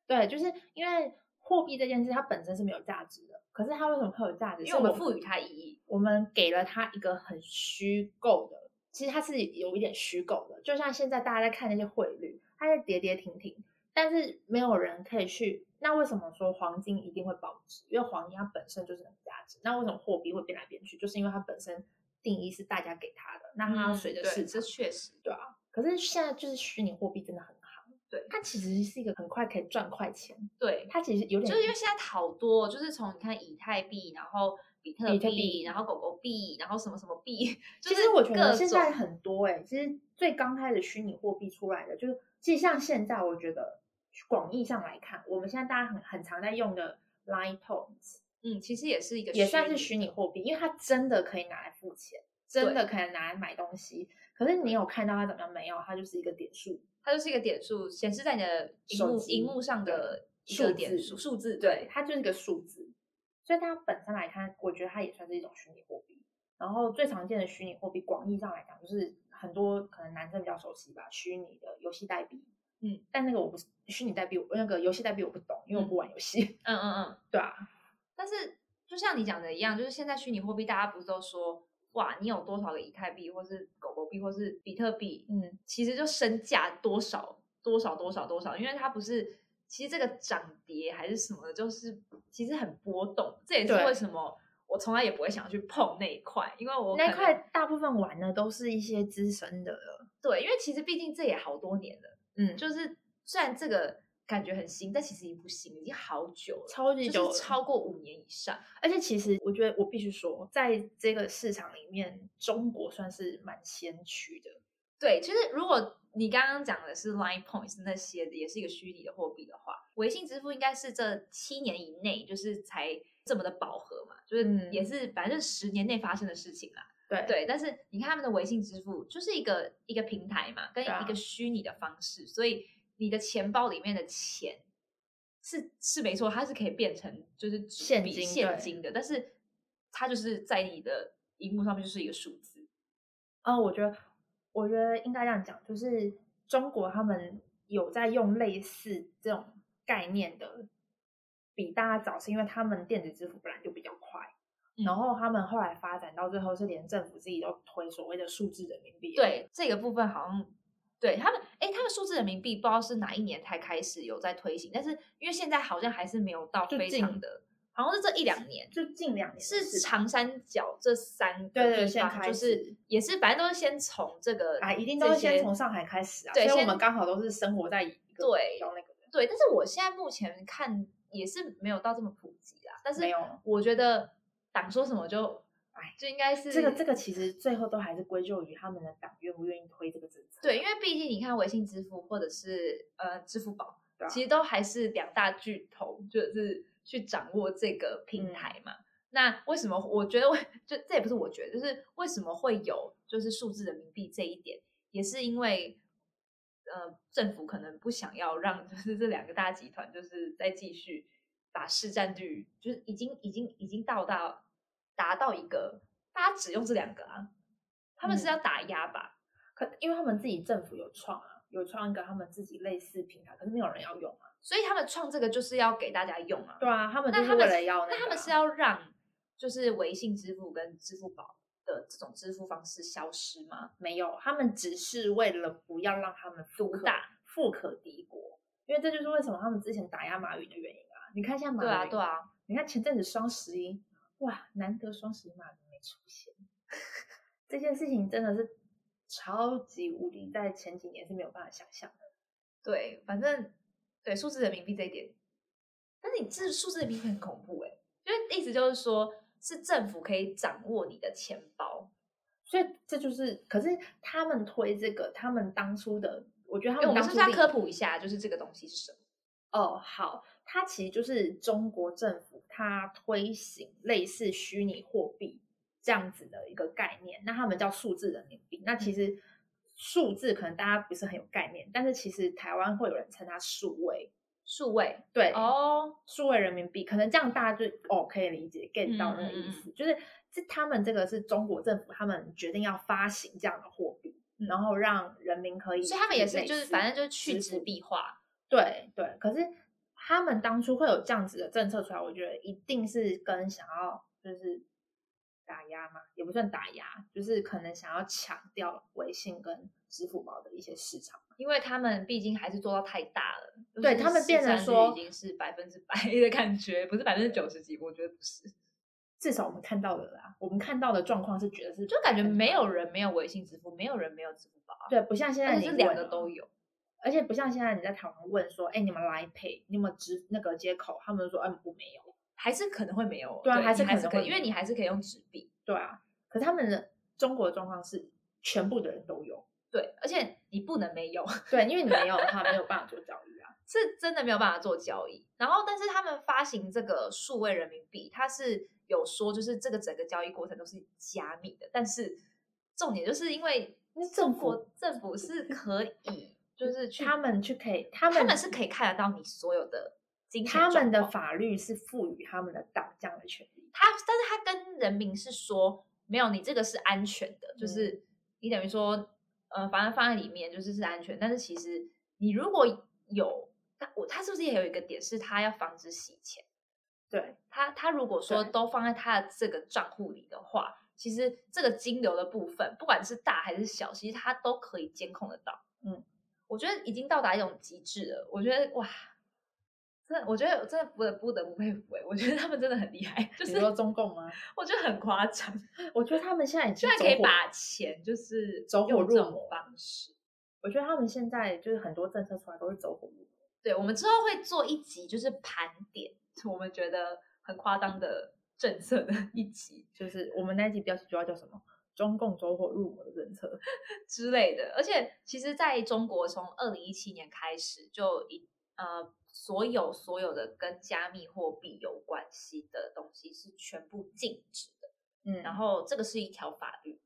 S4: 对，就是因为货币这件事它本身是没有价值的，可是它为什么会有价值？
S3: 因
S4: 是
S3: 为我们赋予它意义，
S4: 我们给了它一个很虚构的，其实它是有一点虚构的，就像现在大家在看那些汇率，它在跌跌停停，但是没有人可以去。那为什么说黄金一定会保值？因为黄金它本身就是有价值。那为什么货币会变来变去？就是因为它本身定义是大家给它的，那它要随着
S3: 嗯对
S4: 市
S3: 这
S4: 场。
S3: 确实
S4: 可是现在就是虚拟货币真的很好，
S3: 对
S4: 它其实是一个很快可以赚快钱，
S3: 对，
S4: 它其实有点
S3: 就是因为现在好多，就是从你看以太币，然后比特
S4: 比
S3: 币，
S4: 特币
S3: 然后狗狗币，然后什么什么币， 就
S4: 其
S3: 是
S4: 实我觉
S3: 各
S4: 得现
S3: 种
S4: 在很多哎、其实最刚开始虚拟货币出来的，就是其实像现在，我觉得广义上来看，我们现在大家很很常在用的 Line Tones
S3: 嗯，其实也是一个
S4: 也算是
S3: 拟
S4: 虚拟货币，因为它真的可以拿来付钱，真的可以拿来买东西。可是你有看到它怎么样没有？它就是一个点数，
S3: 它就是一个点数显示在你的荧
S4: 手
S3: 幕
S4: 机
S3: 荧幕上的一个
S4: 数
S3: 点
S4: 字
S3: 数数字，
S4: 对，它就是一个数字。所以它本身来看，我觉得它也算是一种虚拟货币。然后最常见的虚拟货币，广义上来讲，就是很多可能男生比较熟悉吧，虚拟的游戏代币。
S3: 嗯，
S4: 但那个我不是虚拟代币，我那个游戏代币我不懂，因为我不玩游戏。
S3: 嗯嗯嗯。
S4: 对啊，
S3: 但是就像你讲的一样，就是现在虚拟货币，大家不是都说，哇，你有多少个以太币，或是狗狗币，或是比特币，
S4: 嗯，
S3: 其实就身价多少多少多少多少，因为它不是，其实这个涨跌还是什么的，就是其实很波动，这也是
S4: 对
S3: 为什么。我从来也不会想去碰那一块，因为 我
S4: 那一
S3: 可能
S4: 块大部分玩的都是一些资深的了，
S3: 对，因为其实毕竟这也好多年了，
S4: 嗯，
S3: 就是虽然这个感觉很新，但其实已经不新，已经好久了，
S4: 超级久
S3: 就
S4: 了
S3: 是超过五年以上。
S4: 而且其实我觉得我必须说，在这个市场里面，中国算是蛮先驱的。
S3: 对，其实如果你刚刚讲的是 Line Points 那些的，也是一个虚拟的货币的话，微信支付应该是这七年以内就是才这么的饱和嘛，就是
S4: 嗯
S3: 也是反正十年内发生的事情啦。
S4: 对
S3: 对，但是你看他们的微信支付就是一个一个平台嘛，跟
S4: 对啊
S3: 一个虚拟的方式，所以你的钱包里面的钱是是没错，它是可以变成就是
S4: 现
S3: 比
S4: 金
S3: 现
S4: 对
S3: 金的，但是它就是在你的荧幕上面就是一个数字。
S4: 哦，我觉得，我觉得应该这样讲，就是中国他们有在用类似这种概念的，比大家早，是因为他们电子支付本来就比较快，然
S3: 嗯
S4: 后他们后来发展到最后是连政府自己都推所谓的数字人民币。，
S3: 对这个部分好像对他们，哎，他们数字人民币不知道是哪一年才开始有在推行，但是因为现在好像还是没有到
S4: 就
S3: 非
S4: 近
S3: 常的，好像是这一两年。
S4: 就近两年的
S3: 是
S4: 事吧
S3: 长三角这三个
S4: 对对
S3: 地
S4: 先
S3: 方
S4: 开
S3: 就是
S4: 始
S3: 也是，反正都是先从这个
S4: 啊，一定
S3: 这
S4: 都是先
S3: 些
S4: 从上海开始啊，
S3: 对
S4: 所以我
S3: 先
S4: 们刚好都是生活在一个
S3: 对
S4: 比较那个的，
S3: 对，但是我现在目前看也是没有到这么普及啦。但是
S4: 没有
S3: 我觉得党说什么就，哎，就应该是
S4: 这个这个其实最后都还是归咎于他们的党愿不愿意推这个政策。
S3: 对，因为毕竟你看微信支付或者是呃支付宝，
S4: 对啊
S3: 其实都还是两大巨头，就是去掌握这
S4: 嗯
S3: 个平台嘛。那为什么我觉得我就这也不是我觉得，就是为什么会有就是数字人民币这一点，也是因为呃政府可能不想要让就是这两个大集团就是再继续把市占率就是已经已经已经到达达到一个大家只用这两个啊，他们
S4: 嗯
S3: 是要打压吧？
S4: 可因为他们自己政府有创啊，有创一个他们自己类似平台，可是没有人要用啊。
S3: 所以他们创这个就是要给大家用啊。
S4: 对啊，他们
S3: 那
S4: 就
S3: 他
S4: 是为
S3: 们是
S4: 了要
S3: 那
S4: 个
S3: 他们是
S4: 啊
S3: 要让就是微信支付跟支付宝的这种支付方式消失吗？
S4: 没有，他们只是为了不要让他们富可
S3: 大
S4: 富可敌国，因为这就是为什么他们之前打压马云的原因啊。你看现在马
S3: 对
S4: 云，
S3: 啊，对啊，
S4: 你看前阵子双十一，哇，难得双十一马云没出现，这件事情真的是超级无敌，在前几年是没有办法想象的。
S3: 对，反正对数字人民币这一点，但是你这数字人民币很恐怖哎、
S4: 欸
S3: 就是意思就是说是政府可以掌握你的钱包，
S4: 所以这就是，可是他们推这个，他们当初的，我觉得他
S3: 因为
S4: 们
S3: 我
S4: 当初
S3: 们是不是要
S4: 立
S3: 科普一下，就是这个东西是什么？
S4: 哦，好，它其实就是中国政府它推行类似虚拟货币这样子的一个概念，那他们叫数字人民币。那
S3: 嗯
S4: 其实数字可能大家不是很有概念，但是其实台湾会有人称它数位，
S3: 数位
S4: 对，
S3: 哦，
S4: 数位人民币，可能这样大家就哦可以理解 get 到那个
S3: 嗯嗯
S4: 意
S3: 嗯
S4: 思，就是这他们这个是中国政府他们决定要发行这样的货币，
S3: 嗯
S4: 然后让人民可以，
S3: 所以他们也是就是反正就是去
S4: 支
S3: 纸
S4: 付
S3: 币化，
S4: 对对，可是他们当初会有这样子的政策出来，我觉得一定是跟想要就是打压嘛，也不算打压，就是可能想要抢掉微信跟支付宝的一些市场。
S3: 因为他们毕竟还是做到太大了，就
S4: 对
S3: 是
S4: 他们
S3: 市
S4: 变成
S3: 占率
S4: 说
S3: 已经是百分之百的感觉，不是百分之九十几，我觉得不是，
S4: 至少我们看到的啦，我们看到的状况是觉得是
S3: 就感觉
S4: 百分之
S3: 没
S4: 百
S3: 有人没有微信支付，没有人没有支付宝啊，
S4: 对，不像现在
S3: 而
S4: 你
S3: 且是两
S4: 问
S3: 个
S4: 啊
S3: 都有。
S4: 而且不像现在你在台湾问说，哎，你们来 pay，你们直那个接口，他们说，嗯，我没有。
S3: 还是可能会没有，
S4: 对啊还
S3: 你
S4: 是
S3: 还
S4: 可
S3: 是
S4: 能
S3: 可
S4: 会
S3: 以，因为
S4: 没
S3: 你
S4: 有
S3: 还是可以用纸币，
S4: 对啊，可是他们的中国的状况是全部的人都有，
S3: 对，而且你不能没有，
S4: 对，因为你没有的话没有办法做交易啊。
S3: 是真的没有办法做交易。然后，但是他们发行这个数位人民币，它是有说，就是这个整个交易过程都是加密的，但是重点就是因为
S4: 那政
S3: 中
S4: 府
S3: 国政府是可以，就是去
S4: 他们去可以，他
S3: 他
S4: 们
S3: 是可以看得到你所有的金钱
S4: 他们
S3: 状
S4: 的
S3: 况
S4: 法律是赋予他们的党这样的权利。
S3: 他，但是他跟人民是说，没有你这个是安全的，
S4: 嗯
S3: 就是你等于说，呃，反正放在里面就是是安全，但是其实你如果有，他我他是不是也有一个点是他要防止洗钱？
S4: 对，
S3: 他他如果说
S4: 对
S3: 都放在他的这个账户里的话，其实这个金流的部分，不管是大还是小，其实他都可以监控得到。
S4: 嗯，
S3: 我觉得已经到达一种极致了。我觉得哇，真的，我觉得真的不得不得不佩服哎、我觉得他们真的很厉害，就
S4: 你
S3: 是
S4: 说中共 吗？
S3: 我觉得很夸张，
S4: 我觉得他们现在已
S3: 居
S4: 经
S3: 然
S4: 走
S3: 可以
S4: 火
S3: 把钱就是
S4: 走火
S3: 用这
S4: 入
S3: 种
S4: 魔
S3: 方式。
S4: 我觉得他们现在就是很多政策出来都是走火入魔。
S3: 对，我们之后会做一集，就是盘点我们觉得很夸张的政策的一集
S4: 就是我们那一集标题就要叫什么？中共走火入魔的政 策。
S3: 之类的。而且，其实在中国从二零一七年开始，就一呃，所有所有的跟加密货币有关系的东西是全部禁止的。
S4: 嗯
S3: 然后，这个是一条法律，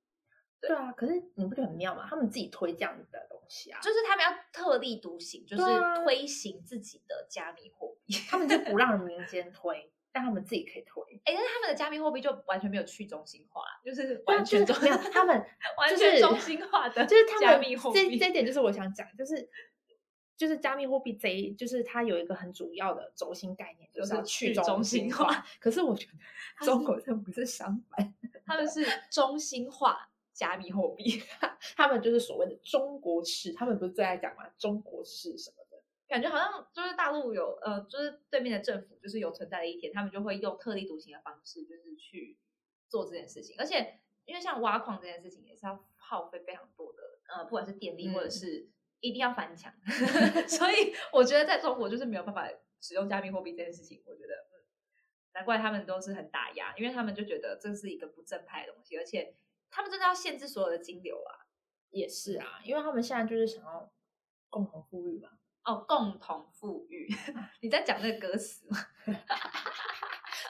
S4: 对啊，可是你不觉得很妙吗？他们自己推这样子的东西啊，
S3: 就是他们要特立独行，就是
S4: 对啊
S3: 推行自己的加密货币。
S4: 他们就不让民间推，但他们自己可以推。
S3: 哎，但是他们的加密货币就完全没有去中心化，就是
S4: 对啊
S3: 完全
S4: 就
S3: 中
S4: 是没有，他们
S3: 完
S4: 就
S3: 全
S4: 是
S3: 中心化的
S4: 就是他
S3: 加
S4: 们
S3: 密货
S4: 这
S3: 币。
S4: 这一点就是我想讲，就是就是加密货币这一，就是它有一个很主要的轴心概念，就
S3: 就是
S4: 是要
S3: 去
S4: 去
S3: 中
S4: 心
S3: 心化。
S4: 可是我 觉得中国政府是相反，
S3: 他们是中心化加密货币，
S4: 他们就是所谓的中国式，他们不是最爱讲嘛，中国式什么的。
S3: 感觉好像就是大陆有呃，就是对面的政府就是有存在的一天，他们就会用特立独行的方式，就是去做这件事情。而且因为像挖矿这件事情，也是要耗费非常多的呃，不管是电力或者
S4: 嗯
S3: 是一定要翻墙，所以我觉得在中国就是没有办法使用加密货币这件事情，我觉得。嗯难怪他们都是很打压，因为他们就觉得这是一个不正派的东西，而且他们真的要限制所有的金流啊，
S4: 也是啊，因为他们现在就是想要共同富裕嘛。
S3: 哦，共同富裕， 你在讲那个歌词吗？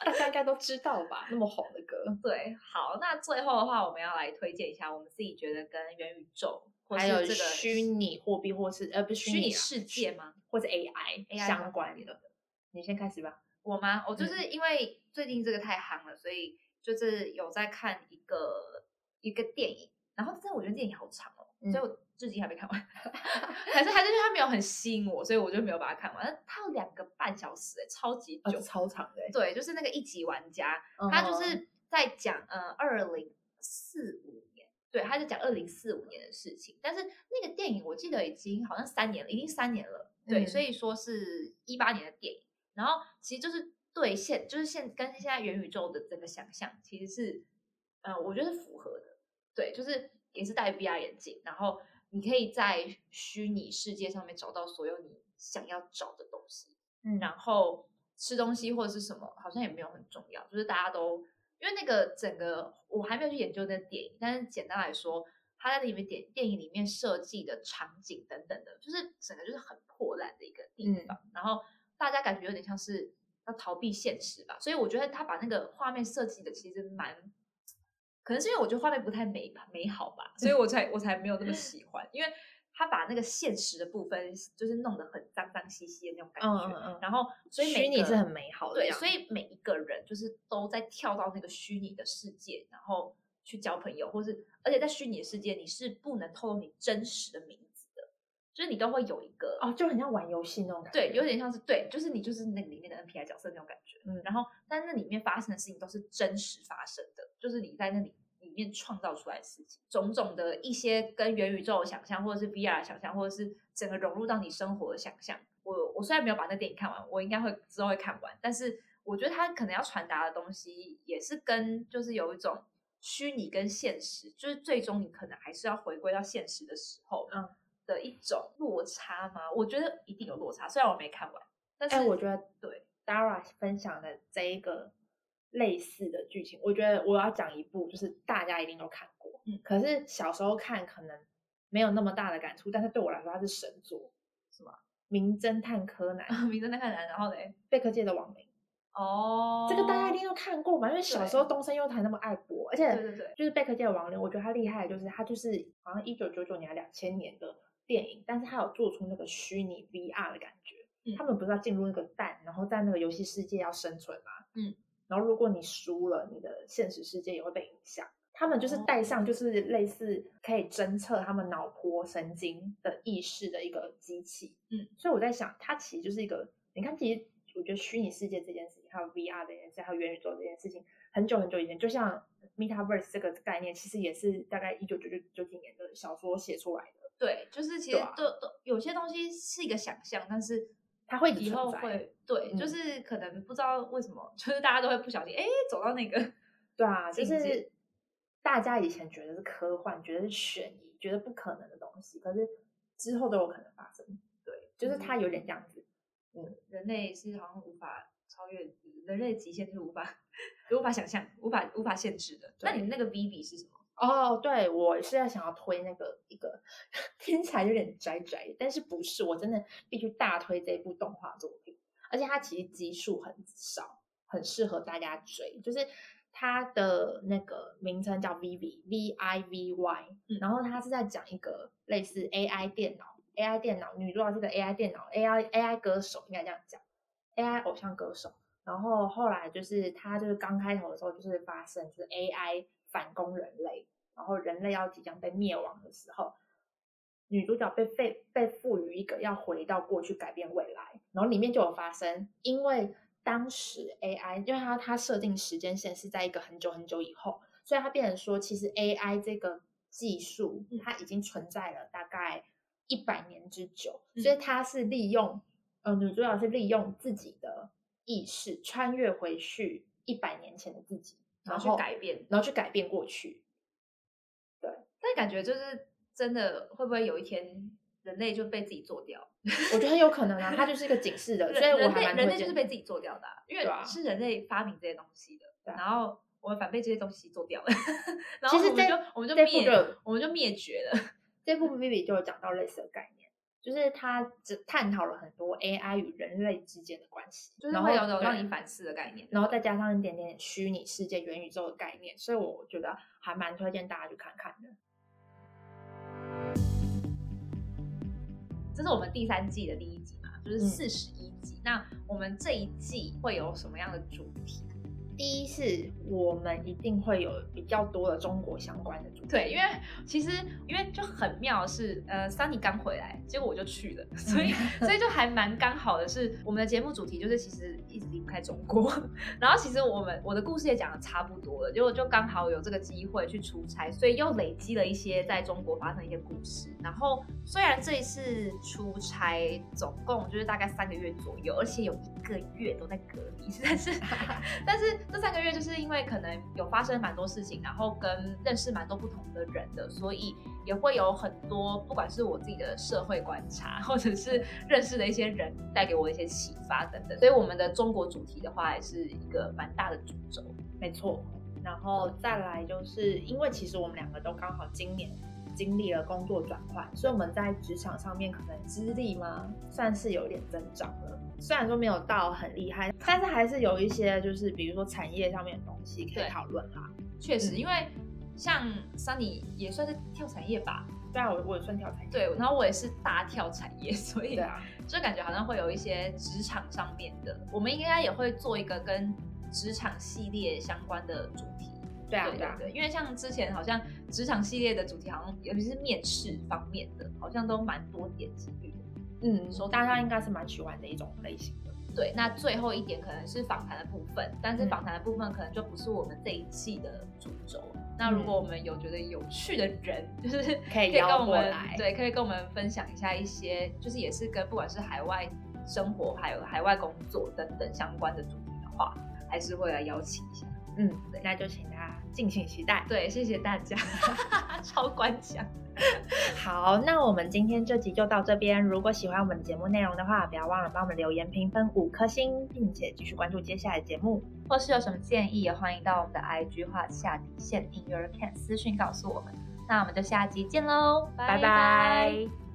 S4: 大家应该都知道吧？那么红的歌，
S3: 对，好，那最后的话，我们要来推荐一下我们自己觉得跟元宇宙或
S4: 还
S3: 是
S4: 有
S3: 这个
S4: 虚拟货币，或是呃不是
S3: 虚拟
S4: 啊
S3: 世界吗？
S4: 或是 AI
S3: AI
S4: 相关的。你先开始吧。
S3: 我吗？我
S4: 嗯
S3: 就是因为最近这个太夯了，所以就是有在看一个一个电影，然后真的我觉得电影好长哦，
S4: 嗯
S3: 所以我至今还没看完，还是还是因为它没有很吸引我，所以我就没有把它看完。但它有两个半小时、欸，超级久。
S4: 哦超长的、
S3: 对，就是那个一级玩家，
S4: 欸，
S3: 他就是在讲呃二零四五年，对，他就讲二零四五年的事情。但是那个电影我记得已经好像三年了，已经三年了，对，
S4: 嗯
S3: 所以说是一八年的电影。然后其实就是对现，就是现跟现在元宇宙的整个想象其实是，呃，我觉得是符合的，对，就是也是戴 VR 眼镜，然后你可以在虚拟世界上面找到所有你想要找的东西。
S4: 嗯
S3: 然后吃东西或者是什么，好像也没有很重要，就是大家都因为那个整个我还没有去研究那个电影，但是简单来说，它在里面电电影里面设计的场景等等的，就是整个就是很破烂的一个地方，
S4: 嗯
S3: 然后大家感觉有点像是要逃避现实吧，所以我觉得他把那个画面设计的其实蛮。可能是因为我觉得画面不太美吧，美好吧，所以我才我才没有那么喜欢，因为他把那个现实的部分就是弄得很脏脏兮兮的那种感觉，
S4: 嗯嗯嗯，
S3: 然后所以每
S4: 虚拟
S3: 个
S4: 是很美好的
S3: 对，
S4: 样子，
S3: 所以每一个人就是都在跳到那个虚拟的世界，然后去交朋友，或是而且在虚拟的世界你是不能透露你真实的名字的，就是你都会有一个
S4: 哦，就很像玩游戏那种感觉。
S3: 对，有点像是对，就是你就是那个里面的 NPI 角色那种感觉。
S4: 嗯
S3: 然后但那里面发生的事情都是真实发生的，就是你在那里里面创造出来的事情，种种的一些跟元宇宙的想象，或者是 VR 的想象，或者是整个融入到你生活的想象。我我虽然没有把那电影看完，我应该会之后会看完，但是我觉得它可能要传达的东西也是跟就是有一种虚拟跟现实，就是最终你可能还是要回归到现实的时候，
S4: 嗯，
S3: 的一种落差吗？我觉得一定有落差，虽然我没看完，但是
S4: 哎、我觉得
S3: 对
S4: Dara 分享的这一个类似的剧情，我觉得我要讲一部，就是大家一定都看过，
S3: 嗯
S4: 可是小时候看可能没有那么大的感触，但是对我来说它是神作，
S3: 什么？
S4: 名侦探柯 南，
S3: 名侦探柯南，然后嘞，
S4: 贝克街的网名，
S3: 哦，
S4: 这个大家一定都看过吧？因为小时候
S3: 对
S4: 东森幼台那么爱播，而
S3: 对
S4: 且
S3: 对对，
S4: 就是贝克街的亡灵，我觉得它厉害，就是它就是好像一九九九年、两千年的电影，但是它有做出那个虚拟 VR 的感觉。
S3: 嗯
S4: 他们不是要进入那个蛋，然后在那个游戏世界要生存嘛？
S3: 嗯，
S4: 然后如果你输了，你的现实世界也会被影响。他们就是
S3: 哦
S4: 戴上就是类似可以侦测他们脑波神经的意识的一个机器。
S3: 嗯，
S4: 所以我在想，它其实就是一个，你看，其实我觉得虚拟世界这件事情，还有 VR 这件事，还有元宇宙这件事情，很久很久以前，就像 Metaverse 这个概念，其实也是大概一九九九九几年的小说写出来的。
S3: 对，就是其实
S4: 对啊
S3: 都都有些东西是一个想象，但是
S4: 它会一直
S3: 以
S4: 存
S3: 后
S4: 在
S3: 会对，
S4: 嗯
S3: 就是可能不知道为什么，就是大家都会不小心哎走到那个，
S4: 对啊，就
S3: 境界
S4: 是大家以前觉得是科幻，觉得是悬疑，觉得不可能的东西，可是之后都有可能发生。对，就是它有点这样子。
S3: 人类是好像无法超越人类极限，是无法 无法想象、无法无法限制的。那
S4: 对
S3: 你们那个 B B 是什么？
S4: 哦，对，我是在想要推那个一个 听起来有点宅宅，但是不是，我真的必须大推这部动画作品，而且它其实集数很少，很适合大家追，就是。它的那个名称叫 Vivi V I V Y，、
S3: 嗯
S4: 然后它是在讲一个类似 AI 电脑 AI 电脑女主角是个 AI 电脑 AI AI 歌手，应该这样讲 AI 偶像歌手，然后后来就是他就是刚开头的时候就是发生就是 AI 反攻人类，然后人类要即将被灭亡的时候，女主角被被被赋予一个要回到过去改变未来，然后里面就有发生，因为当时 AI 因为它它设定时间线是在一个很久很久以后，所以它变成说其实 AI 这个技术
S3: 嗯
S4: 它已经存在了大概一百年之久，所
S3: 嗯
S4: 以它是利用呃女主角是利用自己的意识穿越回去一百年前的自己，然
S3: 然
S4: 后
S3: 后去改变，
S4: 然后去改变过去，
S3: 但感觉就是真的会不会有一天人类就被自己做掉？
S4: 我觉得很有可能啊，它就是一个警示 的，
S3: 人
S4: 所以我
S3: 人
S4: 还
S3: 类
S4: 蛮
S3: 人
S4: 推
S3: 类就是
S4: 荐
S3: 被自己做掉的啊、因为
S4: 对啊
S3: 是人类发明这些东西的，
S4: 对啊
S3: 然后我们反被这些东西做掉了，然后
S4: 其实
S3: 我们
S4: 这
S3: 就我们就
S4: 这部
S3: 灭
S4: 就有
S3: 我们就灭绝了。
S4: 这部 Vivi 就有讲到类似的概念，就是它只探讨了很多 AI 与人类之间的关系，
S3: 就是
S4: 然
S3: 会
S4: 后
S3: 有种让
S4: 对
S3: 你反思的概念。
S4: 然后再加上一点点虚拟世界、元宇宙的概念，所以我觉得还蛮推荐大家去看看的。
S3: 这是我们第三季的第一集嘛，就是
S4: 嗯
S3: 四十一集。那我们这一季会有什么样的主题？
S4: 第一是我们一定会有比较多的中国相关的主题，
S3: 对，因为其实因为就很妙的是，呃，Sunny 刚回来，结果我就去了， 所以所以就还蛮刚好的是，我们的节目主题就是其实一直离不开中国， 然后其实我们我的故事也讲的差不多了，结果就刚好有这个机会去出差，所以又累积了一些在中国发生的一些故事。然后虽然这一次出差总共就是大概三个月左右，而且有一个月都在隔离，但是但是这三个月就是因为可能有发生蛮多事情，然后跟认识蛮多不同的人的，所以也会有很多不管是我自己的社会观察，或者是认识的一些人带给我一些启发等等。所以我们的中国主题的话，也是一个蛮大的主轴。
S4: 没错。然后再来就是因为其实我们两个都刚好今年经历了工作转换，所以我们在职场上面可能资历嘛算是有点增长了。虽然说没有到很厉害，但是还是有一些就是比如说产业上面的东西可以
S3: 对
S4: 讨论啦。
S3: 确实，
S4: 嗯
S3: 因为像 Sunny 也算是跳产业吧，
S4: 对啊，我我也算跳产业。
S3: 对，然后我也是大跳产业，所以
S4: 对啊，
S3: 就感觉好像会有一些职场上面的，我们应该也会做一个跟职场系列相关的主题。
S4: 对啊，
S3: 对
S4: 对啊。
S3: 对，因为像之前好像职场系列的主题，好像尤其是面试方面的，好像都蛮多点击率的。
S4: 嗯，
S3: 收
S4: 大家应该是蛮喜欢的一种类型的。
S3: 对，那最后一点可能是访谈的部分，但是
S4: 嗯
S3: 访谈的部分可能就不是我们这一季的主轴。那如果我们有觉得有趣的人，就是
S4: 嗯可以
S3: 可以跟
S4: 邀
S3: 我
S4: 过
S3: 们
S4: 来
S3: 对，可以跟我们分享一下一些，就是也是跟不管是海外生活，还有海外工作等等相关的主题的话，还是会来邀请一下。
S4: 嗯，那就请大家敬请期待。
S3: 对，谢谢大家， 超官腔。
S4: 好，那我们今天这集就到这边。如果喜欢我们的节目内容的话，不要忘了帮我们留言、评分五颗星，并且继续关注接下来的节目。
S3: 或是有什么建议，也欢迎到我们的 IG 画下底线 in your can 私讯告诉我们。那我们就下集见喽，
S4: 拜
S3: 拜
S4: 拜